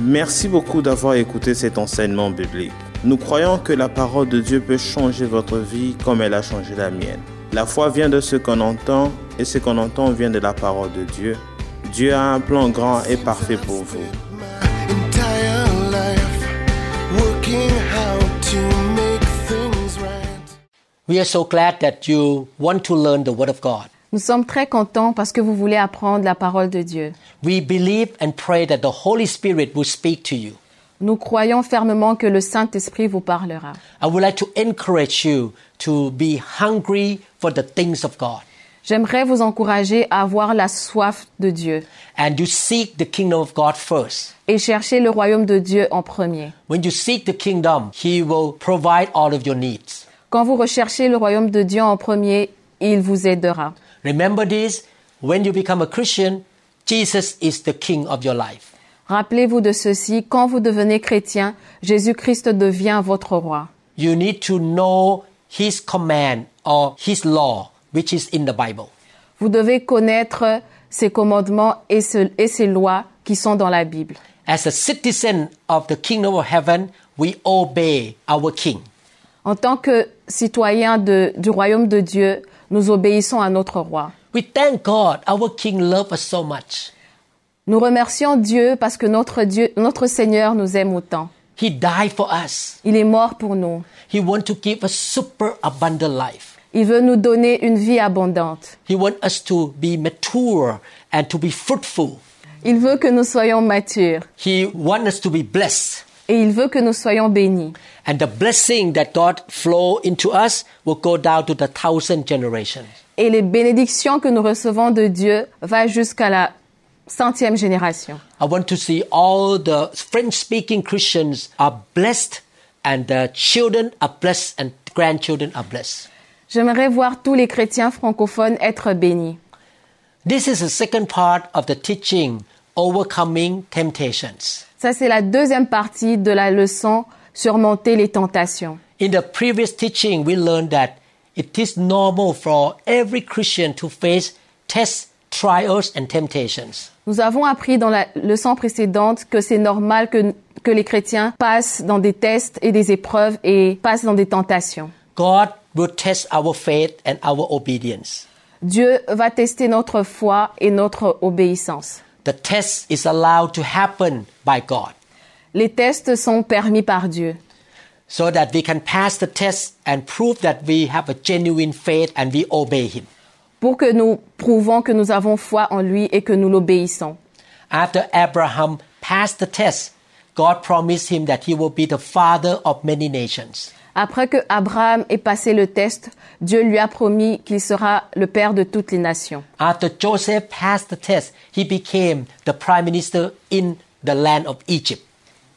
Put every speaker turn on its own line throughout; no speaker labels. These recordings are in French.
Merci beaucoup d'avoir écouté cet enseignement biblique. Nous croyons que la parole de Dieu peut changer votre vie comme elle a changé la mienne. La foi vient de ce qu'on entend et ce qu'on entend vient de la parole de Dieu. Dieu a un plan grand et parfait pour vous.
We are so glad that you want to learn the Word of God.
Nous sommes très contents parce que vous voulez apprendre la parole de Dieu.
We believe and pray that the Holy Spirit will speak to you.
Nous croyons fermement que le Saint-Esprit vous parlera.
I would like to encourage you to be hungry for the things of God
J'aimerais vous encourager à avoir la soif de Dieu
and you seek the kingdom of God first.
et chercher le royaume de Dieu en premier.
When you seek the kingdom, He will provide all of your needs.
Quand vous recherchez le royaume de Dieu en premier, il vous aidera.
Remember this when you become a Christian, Jesus is the king of your life.
Rappelez-vous de ceci, quand vous devenez chrétien, Jésus-Christ devient votre roi.
You need to know His command or His law, which is in the Bible.
Vous devez connaître ses commandements et, ce- et ses lois qui sont dans la Bible.
As a citizen of the kingdom of heaven, we obey our king.
En tant que citoyens de- du royaume de Dieu, nous obéissons à notre roi.
We thank God our king loves us so much.
Nous remercions Dieu parce que notre Dieu, notre Seigneur nous aime autant.
He died for us.
Il est mort pour nous.
He wants to give us super abundant life.
Il veut nous donner une vie abondante.
He wants us to be mature and to be fruitful.
Il veut que nous soyons matures
He wants us to be blessed.
et il veut que nous soyons bénis.
And the blessing that God flow into us will go down to the thousand generations.
Et les bénédictions que nous recevons de Dieu va jusqu'à la centième génération.
I want to see all the French speaking Christians are blessed and their children are blessed and grandchildren are blessed.
J'aimerais voir tous les chrétiens francophones être bénis.
This is the second part of the teaching, overcoming temptations.
Ça, c'est la deuxième partie de la leçon surmonter les tentations.
In the previous teaching, we learned that it is normal for every Christian to face tests, trials, and temptations.
Nous avons appris dans la leçon précédente que c'est normal que, que les chrétiens passent dans des tests et des épreuves et passent dans des tentations.
God will test our faith and our obedience.
Dieu va tester notre foi et notre obéissance.
The test is allowed to happen by God
Les tests sont permis par Dieu
so that we can pass the test and prove that we have a genuine faith and we obey Him.
pour que nous prouvons que nous avons foi en lui et que nous l'obéissons.
After Abraham passed the test, God promised him that he will be the father of many nations.
Après que Abraham ait passé le test, Dieu lui a promis qu'il sera le père de toutes les nations.
After Joseph passed the test, he became the prime minister in the land of Egypt.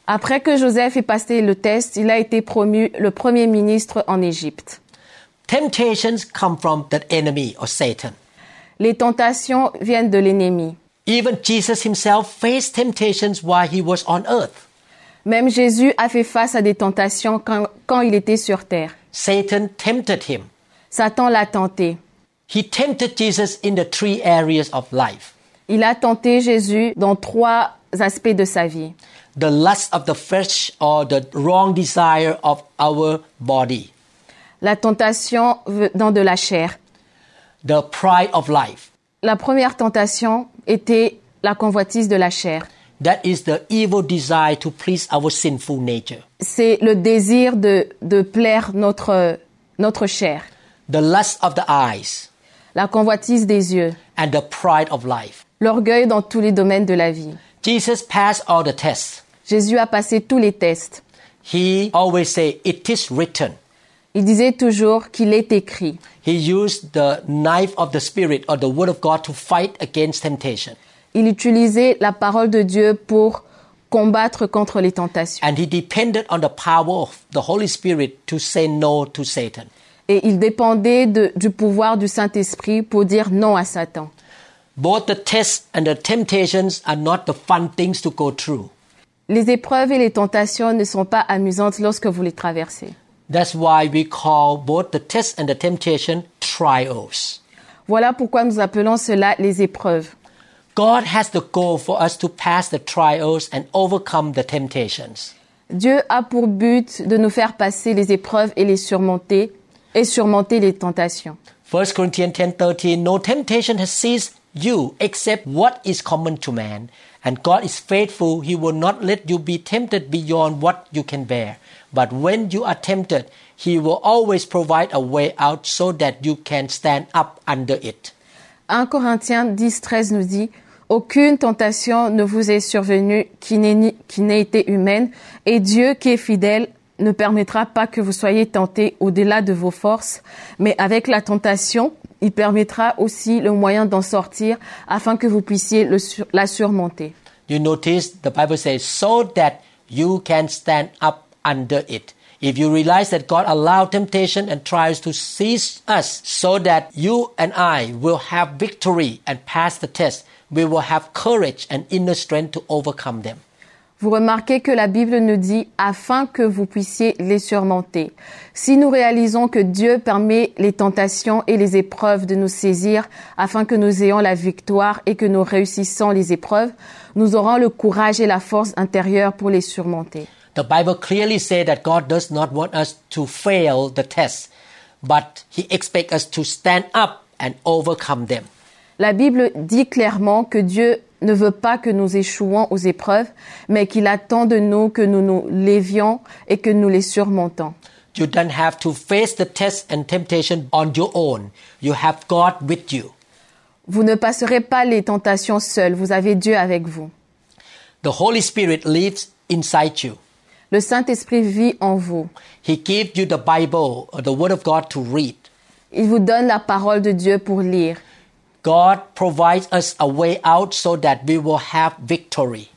Après que Joseph ait passé le test, il a été promu le premier ministre en Égypte.
Temptations come from the enemy or Satan.
Les tentations viennent de l'ennemi.
Even Jesus himself faced temptations while he was on earth.
Même Jésus a fait face à des tentations quand, quand il était sur terre.
Satan tempted him.
Satan l'a tenté.
He tempted Jesus in the three areas of life
Il a tenté Jésus dans trois aspects de sa vie.
the lust of the flesh or the wrong desire of our body,
La tentation venant de la chair.
the pride of life.
La première tentation était la convoitise de la chair.
That is the evil desire to please our sinful nature.
C'est le désir de, de plaire notre, notre chair.
The lust of the eyes
La convoitise des yeux.
and the pride of life.
L'orgueil dans tous les domaines de la vie.
Jesus passed all the tests.
Jésus a passé tous les tests.
He always say, "It is written."
Il disait toujours qu'il est écrit.
He used the knife of the Spirit or the Word of God to fight against temptation,
Il utilisait la parole de Dieu pour combattre contre les tentations.
and he depended on the power of the Holy Spirit to say no to Satan.
Et il dépendait de- du pouvoir du Saint-Esprit pour dire non à Satan.
Both the tests and the temptations are not the fun things to go through.
Les épreuves et les tentations ne sont pas amusantes lorsque vous les traversez.
That's why we call both the tests and the temptation trials.
Voilà pourquoi nous appelons cela les épreuves.
God has the goal for us to pass the trials and overcome the temptations.
Dieu a pour but de nous faire passer les épreuves et les surmonter et surmonter les tentations.
1 Corinthians 10:13 No temptation has seized you except what is common to man and God is faithful he will not let you be tempted beyond what you can bear but when you are tempted he will always provide a way out so that you can stand up under it
1 Corinthiens 10, 13 nous dit Aucune tentation ne vous est survenue qui n'ait ni- qui n'ait été humaine, et Dieu qui est fidèle ne permettra pas que vous soyez tentés au-delà de vos forces, mais avec la tentation, il permettra aussi le moyen d'en sortir afin que vous puissiez le sur- la surmonter.
you notice the bible says so that you can stand up under it if you realize that god allowed temptation and trials to seize us so that you and i will have victory and pass the test we will have courage and inner strength to overcome them
Vous remarquez que la Bible nous dit afin que vous puissiez les surmonter. Si nous réalisons que Dieu permet les tentations et les épreuves de nous saisir afin que nous ayons la victoire et que nous réussissons les épreuves, nous aurons le courage et la force intérieure pour les surmonter.
The Bible clearly says that God does not want us to fail the test, but He expects us to stand up and overcome them.
La Bible dit clairement que Dieu ne veut pas que nous échouons aux épreuves, mais qu'il attend de nous que nous nous lévions et que nous les surmontons.
You don't have to face the test and temptation on your own. You have God with you.
Vous ne passerez pas les tentations seuls, vous avez Dieu avec vous.
The Holy Spirit lives inside you.
Le Saint-Esprit vit en vous.
He gives you the Bible or the Word of God to read.
Il vous donne la parole de Dieu pour lire.
God provides us a way out so that we will have victory.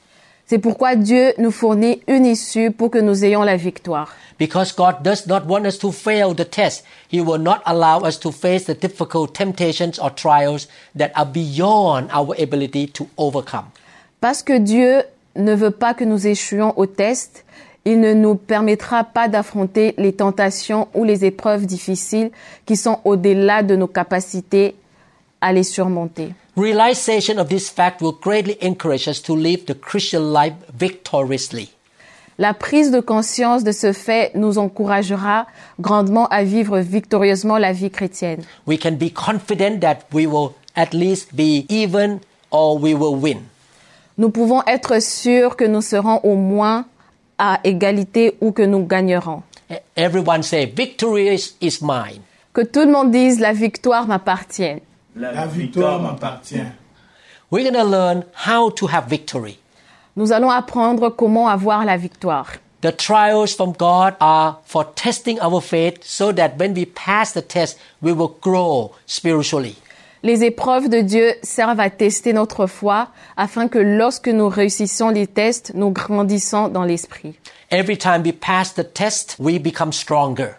C'est pourquoi Dieu nous fournit une issue pour que nous ayons la victoire.
Because God does not want us to fail the test, He will not allow us to face the difficult temptations or trials that are beyond our ability to overcome.
Parce que Dieu ne veut pas que nous échouions au test, il ne nous permettra pas d'affronter les tentations ou les épreuves difficiles qui sont au-delà de nos capacités à les surmonter.
Realization of this fact will greatly encourage us to live the Christian life victoriously.
La prise de conscience de ce fait nous encouragera grandement à vivre victorieusement la vie chrétienne.
We can be confident that we will at least be even or we will win.
Nous pouvons être sûrs que nous serons au moins à égalité ou que nous gagnerons.
E- Everyone say, victory is, is mine.
Que tout le monde dise la victoire m'appartient.
La victoire m'appartient.
We're going to learn how to have victory.
Nous allons apprendre comment avoir la victoire.
The trials from God are for testing our faith so that when we pass the test, we will grow spiritually.
Les épreuves de Dieu servent à tester notre foi afin que lorsque nous réussissons les tests, nous grandissons dans l'esprit.
Every time we pass the test, we become stronger.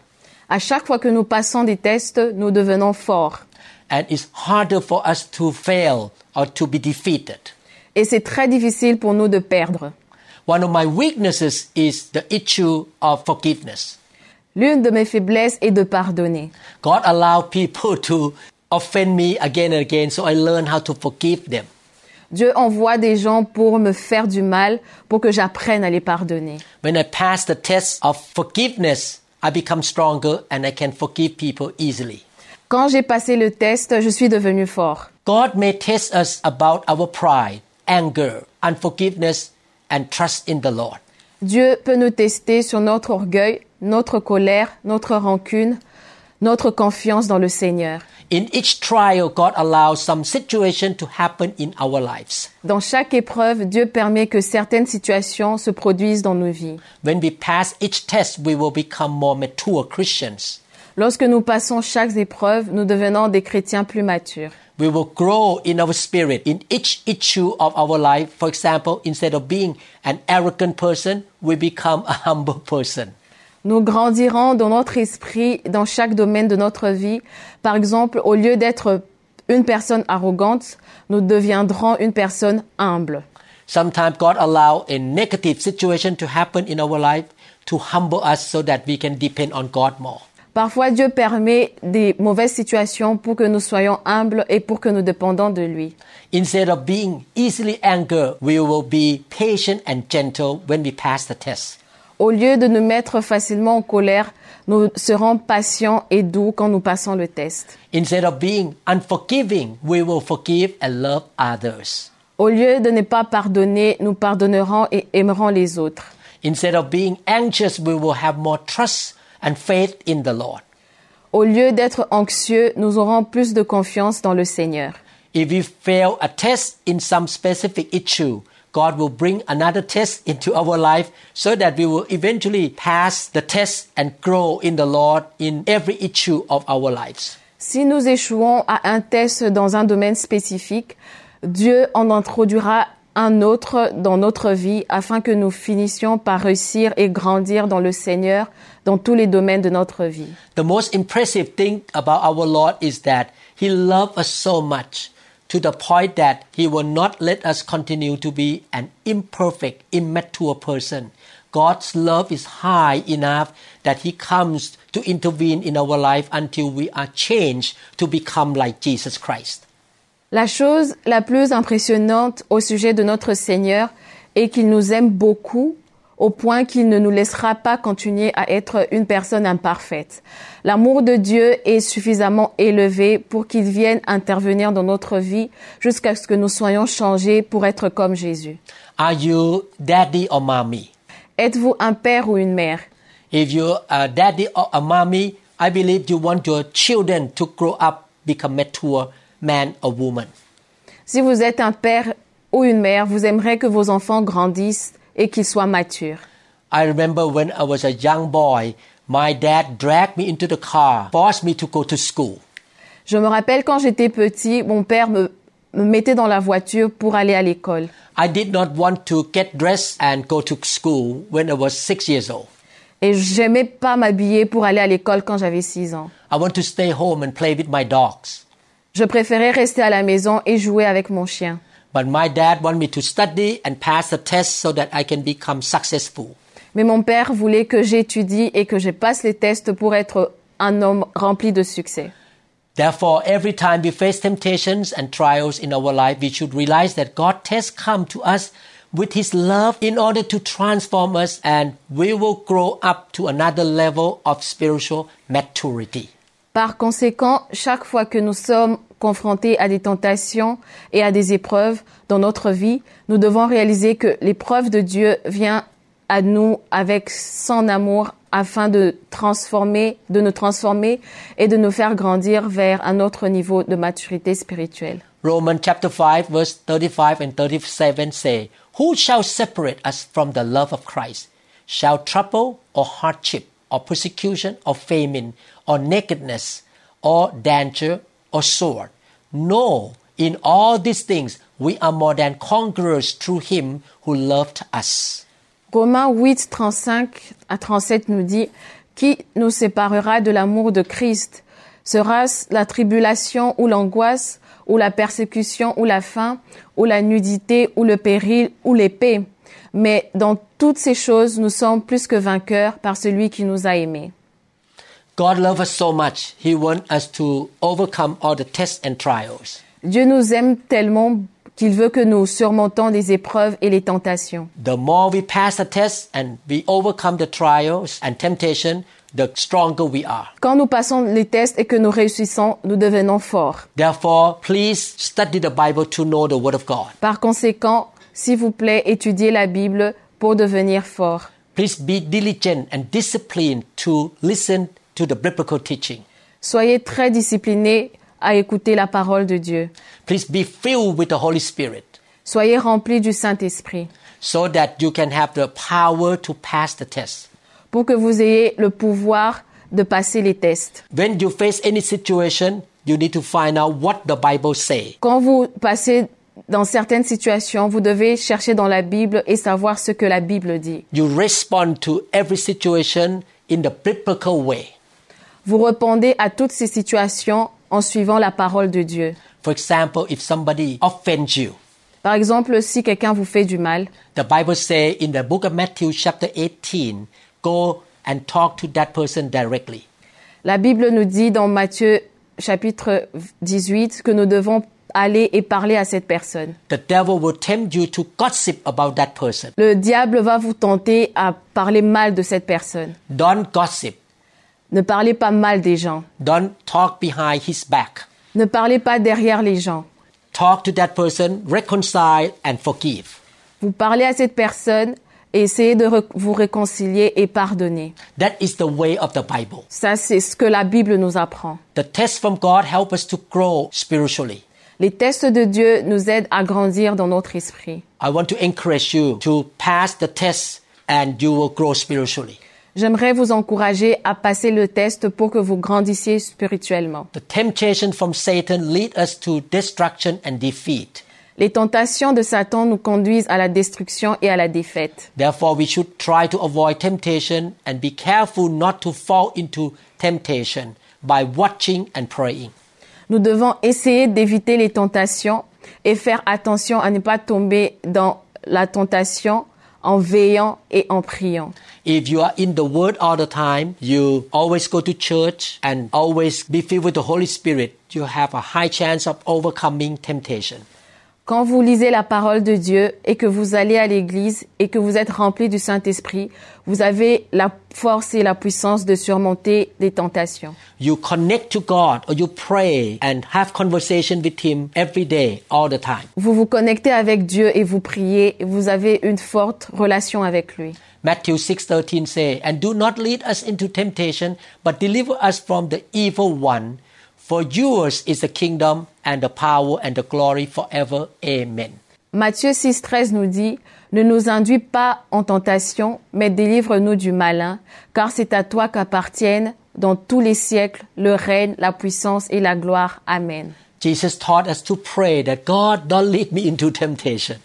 À chaque fois que nous passons des tests, nous devenons forts.
And it's harder for us to fail or to be defeated.
Et c'est très difficile pour nous de perdre.
One of my weaknesses is the issue of forgiveness.
L'une de mes faiblesses est de pardonner.
God allowed people to offend me again and again, so I learned how to forgive them.
Dieu envoie des gens pour me faire du mal, pour que j'apprenne à les pardonner.
When I pass the test of forgiveness, I become stronger and I can forgive people easily.
Quand j'ai passé le test, je suis devenu fort.
God may test us about our pride, anger, unforgiveness, and trust in the Lord.
Dieu peut nous tester sur notre orgueil, notre colère, notre rancune, notre confiance dans le Seigneur.
In each trial, God allows some situation to happen in our lives.
Dans chaque épreuve, Dieu permet que certaines situations se produisent dans nos vies.
When we pass each test, we will become more mature Christians.
Lorsque nous passons chaque épreuve, nous devenons des chrétiens plus matures.
We will grow in our spirit in each issue of our life. For example, instead of being an arrogant person, we become a humble person.
Nous grandirons dans notre esprit dans chaque domaine de notre vie. Par exemple, au lieu d'être une personne arrogante, nous deviendrons une personne humble.
Sometimes God allows a negative situation to happen in our life to humble us so that we can depend on God more.
Parfois, Dieu permet des mauvaises situations pour que nous soyons humbles et pour que nous dependons de lui.
Instead of being easily angered, we will be patient and gentle when we pass the test.
Au lieu de nous mettre facilement en colère, nous serons patients et doux quand nous passons le test.
Instead of being unforgiving, we will forgive and love others.
Au lieu de ne pas pardonner, nous pardonnerons et aimerons les autres.
Instead of being anxious, we will have more trust and faith in the Lord.
Au lieu d'être anxieux, nous aurons plus de confiance dans le Seigneur.
If we fail a test in some specific issue, God will bring another test into our life so that we will eventually pass the test and grow in the Lord in every issue of our lives.
Si nous échouons à un test dans un domaine spécifique, Dieu en introduira un autre dans notre vie afin que nous finissions par réussir et grandir dans le Seigneur dans tous les domaines de notre vie.
The most impressive thing about our Lord is that He loved us so much to the point that He will not let us continue to be an imperfect, immature person. God's love is high enough that He comes to intervene in our life until we are changed to become like Jesus Christ.
La chose la plus impressionnante au sujet de notre Seigneur est qu'il nous aime beaucoup au point qu'il ne nous laissera pas continuer à être une personne imparfaite. L'amour de Dieu est suffisamment élevé pour qu'il vienne intervenir dans notre vie jusqu'à ce que nous soyons changés pour être comme Jésus.
Are you daddy or mommy?
Êtes-vous un père ou une mère
If you are daddy or a mommy, I believe you want your children to grow up, become mature man or woman.
Si vous êtes un père ou une mère, vous aimerez que vos enfants grandissent et qu'ils soient matures.
I remember when I was a young boy, my dad dragged me into the car, forced me to go to school.
Je me rappelle quand j'étais petit, mon père me, me mettait dans la voiture pour aller à l'école.
I did not want to get dressed and go to school when I was six years old.
Et j'aimais pas m'habiller pour aller à l'école quand j'avais 6 ans.
I want to stay home and play with my dogs.
Je préférais rester à la maison et jouer avec mon chien.
But my dad wanted me to study and pass the test so that I can become successful.
Mais mon père voulait que j'étudie et que je passe les tests pour être un homme rempli de succès.
Therefore, every time we face temptations and trials in our life, we should realize that God has come to us with His love in order to transform us and we will grow up to another level of spiritual maturity.
Par conséquent, chaque fois que nous sommes confrontés à des tentations et à des épreuves dans notre vie, nous devons réaliser que l'épreuve de Dieu vient à nous avec son amour afin de transformer, de nous transformer et de nous faire grandir vers un autre niveau de maturité spirituelle.
Romans chapter 5 verse 35 and 37 say, Who shall separate us from the love of Christ? Shall trouble or hardship or persecution or famine or nakedness or danger or sword? No, in all these things we are more than conquerors through him who loved us.
Romains 8, 35 à 37 nous dit, Qui nous séparera de l'amour de Christ Sera-ce la tribulation ou l'angoisse, ou la persécution ou la faim, ou la nudité ou le péril ou l'épée Mais dans toutes ces choses, nous sommes plus que vainqueurs par celui qui nous a aimés.
God loves us so much, He wants us to overcome all the tests and trials.
Dieu nous aime tellement qu'il veut que nous surmontons les épreuves et les tentations.
The more we pass the tests and we overcome the trials and temptation, the stronger we are.
Quand nous passons les tests et que nous réussissons, nous devenons forts.
Therefore, please study the Bible to know the Word of God.
Par conséquent, s'il vous plaît, étudiez la Bible pour devenir fort.
Please be diligent and disciplined to listen to the biblical teaching.
Soyez très disciplinés à écouter la parole de Dieu.
Please be filled with the Holy Spirit
Soyez remplis du Saint-Esprit
so that you can have the power to pass the test.
pour que vous ayez le pouvoir de passer les tests.
When you face any situation, you need to find out what the Bible say.
Quand vous passez dans certaines situations, vous devez chercher dans la Bible et savoir ce que la Bible dit.
You respond to every situation in the biblical way.
Vous répondez à toutes ces situations en suivant la parole de Dieu.
For example, if somebody offends you,
Par exemple, si quelqu'un vous fait du mal,
The Bible says in the book of Matthew chapter 18, go and talk to that person directly.
la Bible nous dit dans Matthieu chapitre 18 que nous devons aller et parler à cette personne.
The devil will tempt you to gossip about that person.
Le diable va vous tenter à parler mal de cette personne.
Don't gossip.
Ne parlez pas mal des gens.
Don't talk behind his back.
Ne parlez pas derrière les gens.
Talk to that person, reconcile and forgive.
Vous parlez à cette personne et essayez de re- vous réconcilier et pardonner.
That is the way of the Bible.
Ça, c'est ce que la Bible nous apprend.
The test from God help us to grow spiritually.
Les tests de Dieu nous aident à grandir dans notre esprit.
I want to encourage you to pass the test and you will grow spiritually.
J'aimerais vous encourager à passer le test pour que vous grandissiez spirituellement.
The temptation from Satan lead us to destruction and defeat.
Les tentations de Satan nous conduisent à la destruction et à la défaite.
Therefore, we should try to avoid temptation and be careful not to fall into temptation by watching and praying.
Nous devons essayer d'éviter les tentations et faire attention à ne pas tomber dans la tentation en veillant et en priant.
If you are in the Word all the time, you always go to church and always be filled with the Holy Spirit, you have a high chance of overcoming temptation.
Quand vous lisez la parole de Dieu et que vous allez à l'église et que vous êtes rempli du Saint-Esprit, vous avez la force et la puissance de surmonter des tentations.
You connect to God or you pray and have conversation with Him every day, all the time.
Vous vous connectez avec Dieu et vous priez, et vous avez une forte relation avec lui.
Matthew 6:13 say, "And do not lead us into temptation, but deliver us from the evil one, for yours is the kingdom and the power and the glory forever." Amen.
Matthieu 6,13 nous dit Ne nous induis pas en tentation, mais délivre-nous du malin, car c'est à toi qu'appartiennent dans tous les siècles le règne, la puissance et la gloire. Amen.
Jesus taught us to pray that God don't lead me into temptation.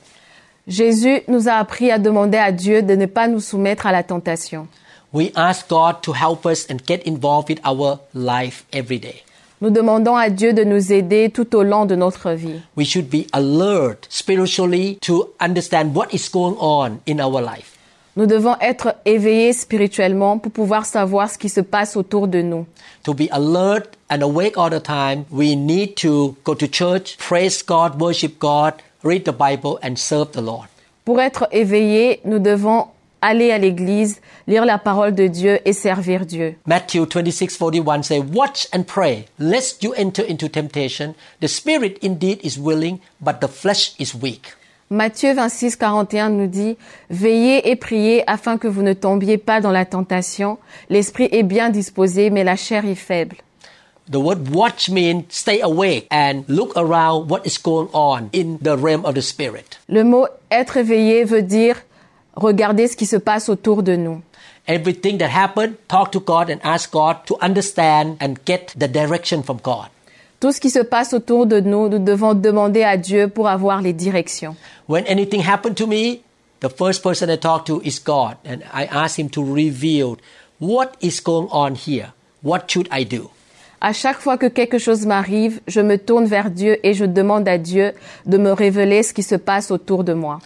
Jésus nous a appris à demander à Dieu de ne pas nous soumettre à la tentation.
We ask God to help us and get involved with our life every day.
Nous demandons à Dieu de nous aider tout au long de notre vie.
We should be alert spiritually to understand what is going on in our life.
Nous devons être éveillés spirituellement pour pouvoir savoir ce qui se passe autour de nous.
To be alert and awake all the time, we need to go to church, praise God, worship God, read the Bible, and serve the Lord.
Pour être éveillés, nous devons aller à l'église, lire la parole de Dieu et servir Dieu.
Matthew 26 41 say, Watch and pray, lest you enter into temptation. The spirit indeed is willing, but the flesh is weak.
Matthieu 26, 41 nous dit, Veillez et priez afin que vous ne tombiez pas dans la tentation. L'esprit est bien disposé, mais la chair est faible.
The word watch means stay awake and look around what is going on in the realm of the spirit.
Le mot être éveillé veut dire regarder ce qui se passe autour de nous.
Everything that happened, talk to God and ask God to understand and get the direction from God.
Tout ce qui se passe autour de nous, nous devons demander à Dieu pour avoir les directions.
When anything happened to me, the first person I talk to is God, and I ask Him to reveal what is going on here. What should I do?
À chaque fois que quelque chose m'arrive, je me tourne vers Dieu et je demande à Dieu de me révéler ce qui se passe autour de moi.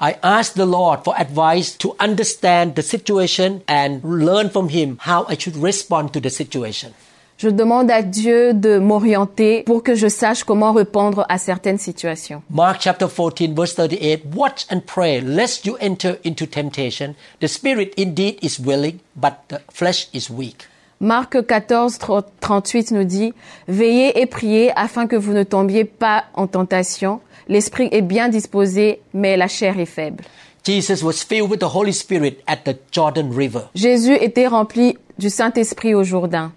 I ask the Lord for advice to understand the situation and learn from Him how I should respond to the situation.
Je demande à Dieu de m'orienter pour que je sache comment répondre à certaines situations.
Mark chapter 14, verse 38 Watch and pray, lest you enter into temptation. The spirit indeed is willing, but the flesh is weak.
Marc 14, 38 nous dit, Veillez et priez afin que vous ne tombiez pas en tentation. L'esprit est bien disposé, mais la chair est faible.
Jesus was filled with the Holy Spirit at the Jordan River.
Jésus était rempli du Saint-Esprit au Jourdain.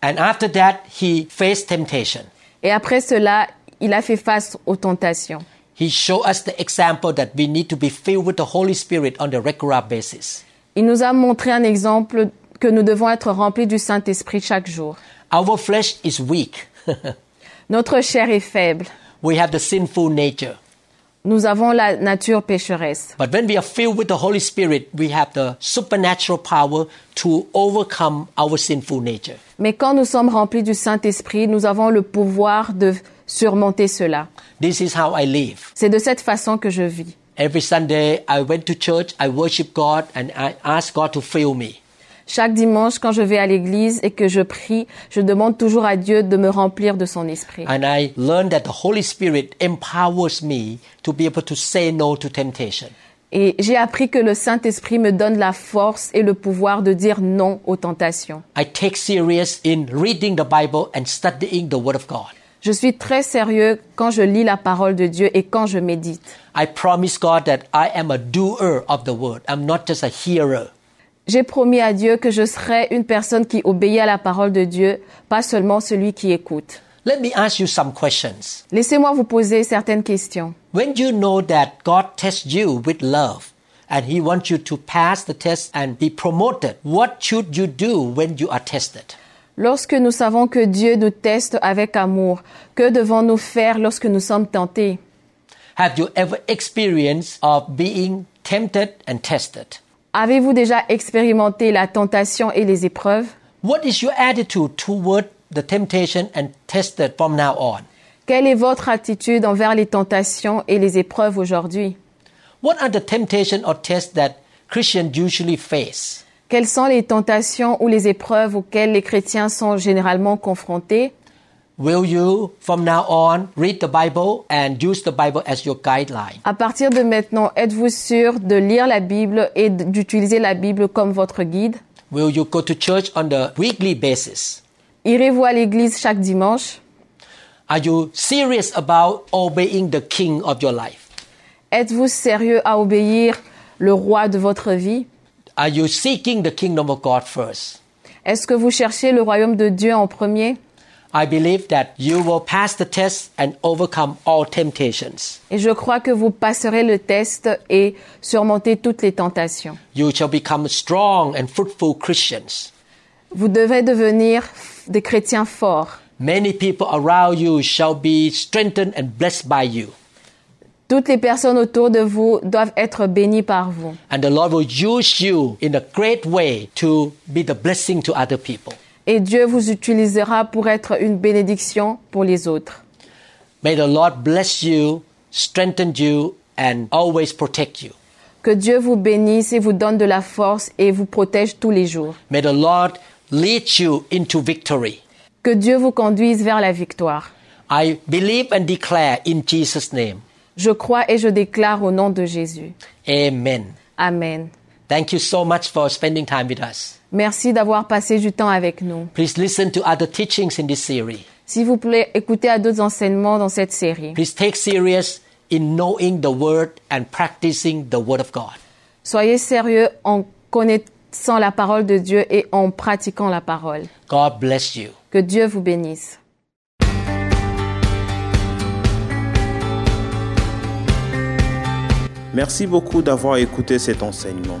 And after that, he faced temptation.
Et après cela, il a fait face aux tentations.
He showed us the example that we need to be filled with the Holy Spirit on a regular basis.
Il nous a montré un exemple que nous devons être remplis du Saint-Esprit chaque jour.
Our flesh is weak.
Notre chair est faible.
we have the sinful nature.
Nous avons la nature pécheresse.
But when we are filled with the Holy Spirit, we have the supernatural power to overcome our sinful nature.
Mais quand nous sommes remplis du Saint-Esprit, nous avons le pouvoir de surmonter cela.
This is how I live.
C'est de cette façon que je vis.
Every Sunday, I went to church, I worship God, and I ask God to fill me.
Chaque dimanche, quand je vais à l'église et que je prie, je demande toujours à Dieu de me remplir de son esprit.
And I learned that the Holy Spirit empowers me to be able to say no to temptation.
Et j'ai appris que le Saint-Esprit me donne la force et le pouvoir de dire non aux tentations.
I take serious in reading the Bible and studying the Word of God.
Je suis très sérieux quand je lis la parole de Dieu et quand je médite.
I promise God that I am a doer of the Word. I'm not just a hearer.
J'ai promis à Dieu que je serai une personne qui obéit à la parole de Dieu, pas seulement celui qui écoute.
Let me ask you some questions.
Laissez-moi vous poser certaines questions.
When you know that God tests you with love and He wants you to pass the test and be promoted, what should you do when you are tested?
Lorsque nous savons que Dieu nous teste avec amour, que devons-nous faire lorsque nous sommes tentés
Have you ever experienced of being tempted and tested?
Avez-vous déjà expérimenté la tentation et les épreuves
What is your attitude toward the temptation and tested from now on?
Quelle est votre attitude envers les tentations et les épreuves aujourd'hui
What are the temptation or tests that Christians usually face?
Quelles sont les tentations ou les épreuves auxquelles les chrétiens sont généralement confrontés
Will you, from now on, read the Bible and use the Bible as your guideline?
À partir de maintenant, êtes-vous sûr de lire la Bible et d- d'utiliser la Bible comme votre guide
Will you go to church on the weekly basis?
Irez-vous à l'église chaque dimanche
Are you serious about obeying the king of your life?
Êtes-vous sérieux à obéir le roi de votre vie
Are you seeking the kingdom of God first?
Est-ce que vous cherchez le royaume de Dieu en premier
I believe that you will pass the test and overcome all temptations.
Et je crois que vous passerez le test et surmontez toutes les tentations.
You shall become strong and fruitful Christians.
Vous devez devenir f- des chrétiens forts.
Many people around you shall be strengthened and blessed by you.
Toutes les personnes autour de vous doivent être bénies par vous.
And the Lord will use you in a great way to be the blessing to other people.
Et Dieu vous utilisera pour être une bénédiction pour les autres.
May the Lord bless you, strengthen you, and always protect you.
Que Dieu vous bénisse et vous donne de la force et vous protège tous les jours.
May the Lord lead you into victory.
Que Dieu vous conduise vers la victoire.
I believe and declare in Jesus' name.
Je crois et je déclare au nom de Jésus.
Amen.
Amen.
Thank you so much for spending time with us.
Merci d'avoir passé du temps avec nous.
Please listen to other teachings in this series.
S'il vous plaît, écoutez à d'autres enseignements dans cette série.
Please take serious in knowing the word and practicing the word of God.
Soyez sérieux en connaissant la parole de Dieu et en pratiquant la parole.
God bless you.
Que Dieu vous bénisse.
Merci beaucoup d'avoir écouté cet enseignement.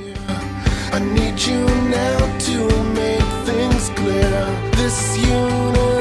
I need you now to make things clear. This universe.